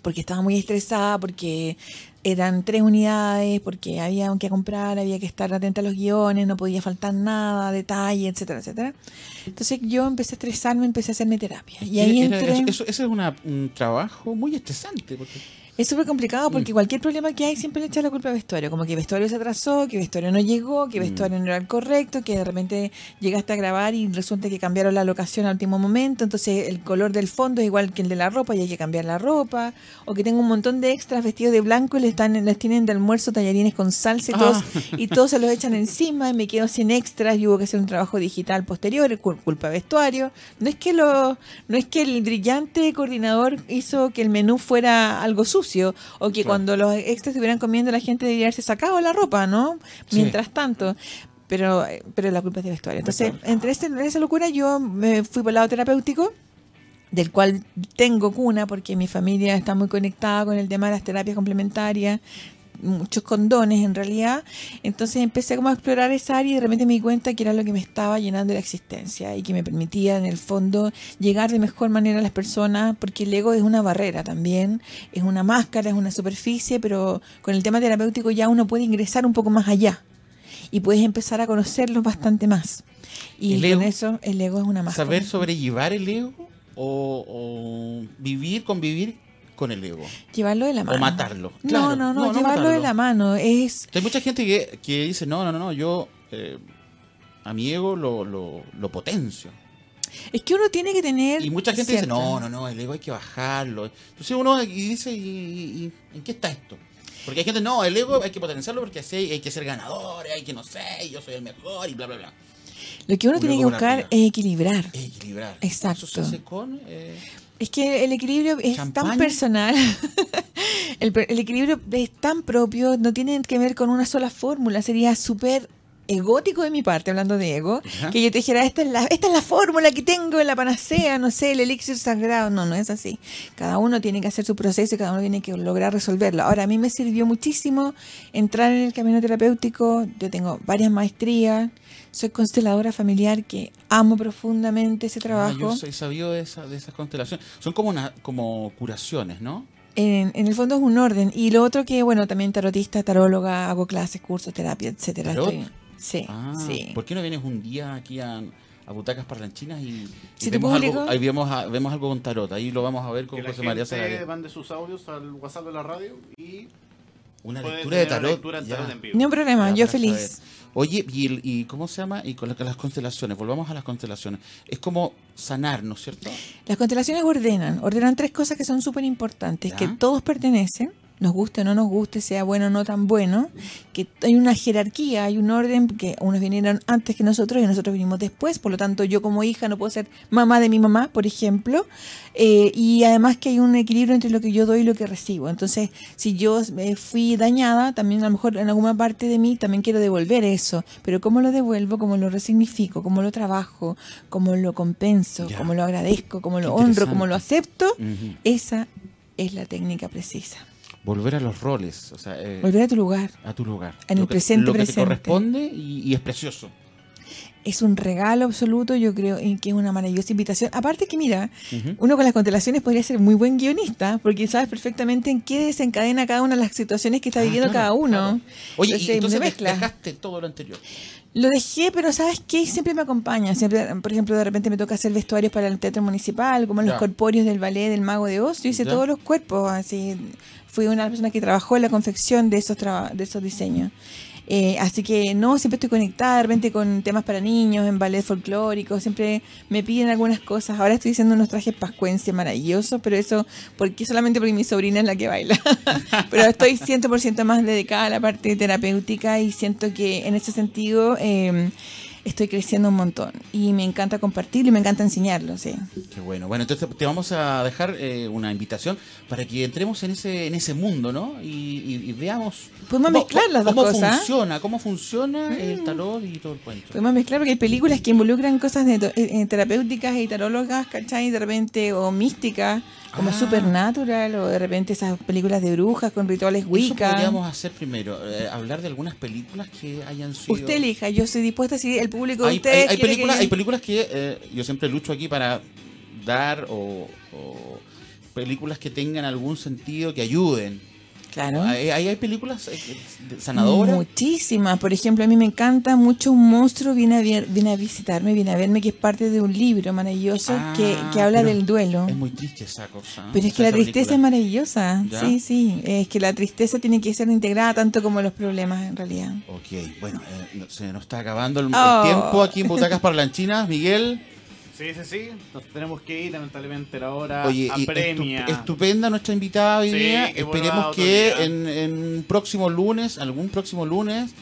porque estaba muy estresada, porque eran tres unidades, porque había que comprar, había que estar atenta a los guiones, no podía faltar nada, detalle, etcétera, etcétera. Entonces yo empecé a estresarme, empecé a hacerme terapia. Y ahí Era- entré... eso, eso es una- un trabajo muy estresante. Porque... Es súper complicado porque cualquier problema que hay siempre le echa la culpa a vestuario. Como que vestuario se atrasó, que vestuario no llegó, que vestuario no era el correcto, que de repente llegaste a grabar y resulta que cambiaron la locación al último momento. Entonces el color del fondo es igual que el de la ropa y hay que cambiar la ropa. O que tengo un montón de extras vestidos de blanco y les, están, les tienen de almuerzo tallarines con salsa y todos, y todos se los echan encima y me quedo sin extras y hubo que hacer un trabajo digital posterior, cul- culpa de vestuario. No es que lo, no es que el brillante coordinador hizo que el menú fuera algo sucio o que cuando los extras estuvieran comiendo la gente debería haberse sacado la ropa, ¿no? Sí. Mientras tanto. Pero, pero la culpa es de vestuario. Entonces, entre ese- esa locura yo me fui por el lado terapéutico del cual tengo cuna porque mi familia está muy conectada con el tema de las terapias complementarias, muchos condones en realidad. Entonces empecé como a explorar esa área y de repente me di cuenta que era lo que me estaba llenando la existencia y que me permitía en el fondo llegar de mejor manera a las personas porque el ego es una barrera también, es una máscara, es una superficie, pero con el tema terapéutico ya uno puede ingresar un poco más allá. Y puedes empezar a conocerlos bastante más. Y El con ego- eso el ego es una máscara. saber sobrellevar el ego o, o vivir, convivir con el ego. Llevarlo de la mano. matarlo, No, claro. no, no, No, no llevarlo de matarlo. la mano. Es. Hay mucha gente que, que dice, no, no, no, yo eh, a mi ego lo, lo, lo potencio. Es que uno tiene que tener. Y mucha gente dice, cierta- no, no, no, el ego hay que bajarlo. Entonces uno y dice, ¿y, y- y en qué está esto? Porque hay gente, no, el ego hay que potenciarlo porque así hay que ser ganador, hay que, no sé, yo soy el mejor y bla, bla, bla. Lo que uno un tiene que ego, una buscar pila. es equilibrar. Equilibrar. Exacto. Eso se hace con... eh, Es que el equilibrio es tan ¿Champaña? personal. el, per- el equilibrio es tan propio. No tiene que ver con una sola fórmula. Sería súper egótico de mi parte, hablando de ego, Ya. que yo te dijera, esta es, la, esta es la fórmula que tengo, la panacea, no sé, el elixir sagrado. No, no es así. Cada uno tiene que hacer su proceso y cada uno tiene que lograr resolverlo. Ahora, a mí me sirvió muchísimo entrar en el camino terapéutico. Yo tengo varias maestrías. Soy consteladora familiar que amo profundamente ese trabajo. ah, yo soy sabido de, esa, de esas constelaciones. Son como, una, como curaciones, ¿no? En, en el fondo es un orden. Y lo otro que, bueno, también tarotista, taróloga, hago clases, cursos, terapia, etcétera. ¿Tarot? Estoy- sí, Ah, sí. ¿Por qué no vienes un día aquí a, a Butacas Parlanchinas y, y Si te vemos, publico- algo, ahí vemos, a- vemos algo con tarot? Ahí lo vamos a ver con Que la José María gente Salario. mande sus audios al WhatsApp de la radio y Una puede lectura de tener tarot. lectura en ya. tarot en vivo. No hay problema, Ya, Ah, yo para feliz. saber. Oye, y, el- y cómo se llama? Y con la- las constelaciones, volvamos a las constelaciones. Es como sanar, ¿no es cierto? Las constelaciones ordenan, ordenan tres cosas que son súper importantes, Ya. que todos pertenecen, nos guste o no nos guste, sea bueno o no tan bueno, que hay una jerarquía, hay un orden, que unos vinieron antes que nosotros y nosotros vinimos después, por lo tanto yo como hija no puedo ser mamá de mi mamá, por ejemplo, eh, y además que hay un equilibrio entre lo que yo doy y lo que recibo. Entonces, si yo eh, fui dañada, también a lo mejor en alguna parte de mí también quiero devolver eso, pero ¿cómo lo devuelvo? ¿Cómo lo resignifico? ¿Cómo lo trabajo? ¿Cómo lo compenso? Ya. ¿Cómo lo agradezco? ¿Cómo Qué lo honro? interesante. ¿Cómo Mm. lo acepto? Ujú. Esa es la técnica precisa. Volver a los roles, o sea, eh, Volver a tu lugar. a tu lugar. En el Lo que- presente, Lo que presente. te corresponde y, y es precioso. Es un regalo absoluto, yo creo y que es una maravillosa invitación. Aparte que mira, Ujú. uno con las constelaciones podría ser muy buen guionista, porque sabes perfectamente en qué desencadena cada una de las situaciones que está Ah, viviendo claro, cada uno. Oye, y Entonces, entonces me dej- mezcla. dejaste todo lo anterior. Lo dejé, pero ¿sabes qué? Siempre me acompaña. Siempre, por ejemplo, de repente me toca hacer vestuarios para el teatro municipal, como los Ya. corpóreos del ballet del Mago de Oz. Yo hice Ya. todos los cuerpos, así. Fui una persona que trabajó en la confección de esos, traba- de esos diseños. Eh, así que no, siempre estoy conectada de repente con temas para niños, en ballet folclórico, siempre me piden algunas cosas. Ahora estoy haciendo unos trajes pascuenses maravillosos, pero eso porque solamente porque mi sobrina es la que baila. pero estoy 100% más dedicada a la parte terapéutica y siento que en ese sentido eh, estoy creciendo un montón. Y me encanta compartirlo y me encanta enseñarlo, sí. Qué bueno. Bueno, entonces te vamos a dejar eh, una invitación para que entremos en ese en ese mundo, ¿no? Y, y- y veamos. Podemos cómo- mezclar las dos cómo cosas, ¿ah? Funciona, ¿Cómo funciona el tarot y todo el cuento? Podemos mezclar porque hay películas que involucran cosas de to- eh, eh, terapéuticas y tarólogas, ¿cachai? De repente, o místicas, como Ah. Supernatural, o de repente esas películas de brujas con rituales Eso Wicca. podríamos hacer primero, eh, hablar de algunas películas que hayan sido... Usted elija, yo soy dispuesta si el público de hay, hay- ustedes hay quiere películas, que- hay películas que eh, yo siempre lucho aquí para dar o, o películas que tengan algún sentido, que ayuden. Claro. Hay, hay- hay películas eh, que- sanadoras. Muchísimas. Por ejemplo, a mí me encanta mucho un monstruo viene a, ver- viene a visitarme, viene a verme, que es parte de un libro maravilloso Ah, que, que habla pero del duelo. Es muy triste esa cosa. ¿eh? Pero es O que sea, esa la tristeza es película. maravillosa. ¿Ya? Sí, sí. Es que la tristeza tiene que ser integrada tanto como los problemas en realidad. Ok, bueno, eh, no- se nos está acabando el, el Oh. tiempo aquí en Butacas Parlanchinas, Miguel. Sí, sí, sí. Nos tenemos que ir, lamentablemente, la Ah, hora Oye, y apremia. estu- estupenda nuestra invitada hoy Sí, día. que vuelva Esperemos otro que día. en, en próximo lunes, algún próximo lunes,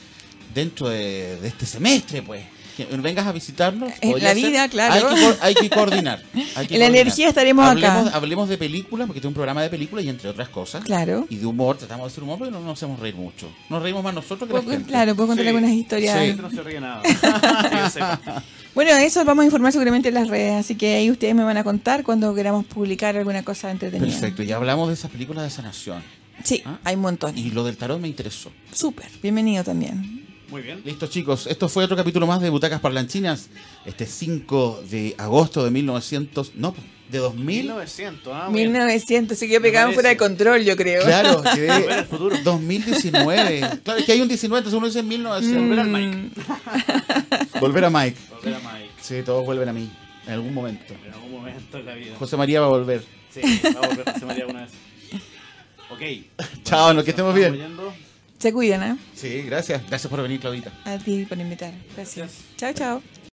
dentro de, de este semestre, pues, que vengas a visitarnos. En podría la vida, claro. Hay que, co- hay que coordinar. hay que En la coordinar. energía estaremos hablemos, acá. Hablemos de películas, porque tengo un programa de películas y entre otras cosas. Claro. Y de humor, tratamos de hacer humor, pero no nos hacemos reír mucho. Nos reímos más nosotros que la Puedo- gente. Pues, claro, puedo contar Sí, algunas La historias. gente no se ríe nada. Que yo sepa. Bueno, eso vamos a informar seguramente en las redes, así que ahí ustedes me van a contar cuando queramos publicar alguna cosa entretenida. Perfecto, ya hablamos de esas películas de sanación. Sí, Ah. hay un montón. Y lo del tarot me interesó. Súper, bienvenido también. Muy bien. Listo chicos, esto fue otro capítulo más de Butacas Parlanchinas, este 5 de agosto de 1900, no, de 2000, 1900, ah, muy bien. 1900, sí que Me parece. pegamos fuera de control, yo creo. claro, que de- Volver al futuro. 2019, claro, es que hay un 19, entonces uno dice Volver Mm, 1900, al Mike. Mm. volver a Mike, Volver a Mike. sí, todos vuelven a mí, en algún momento, En algún momento en la vida. José María va a volver, Sí, va a volver José María alguna vez. Ok. Chao, no, nos que estamos estemos bien. yendo. Se cuidan, ¿ah? sí, gracias, gracias por venir Claudita. A ti por invitar. Gracias. Gracias. Chao, chao.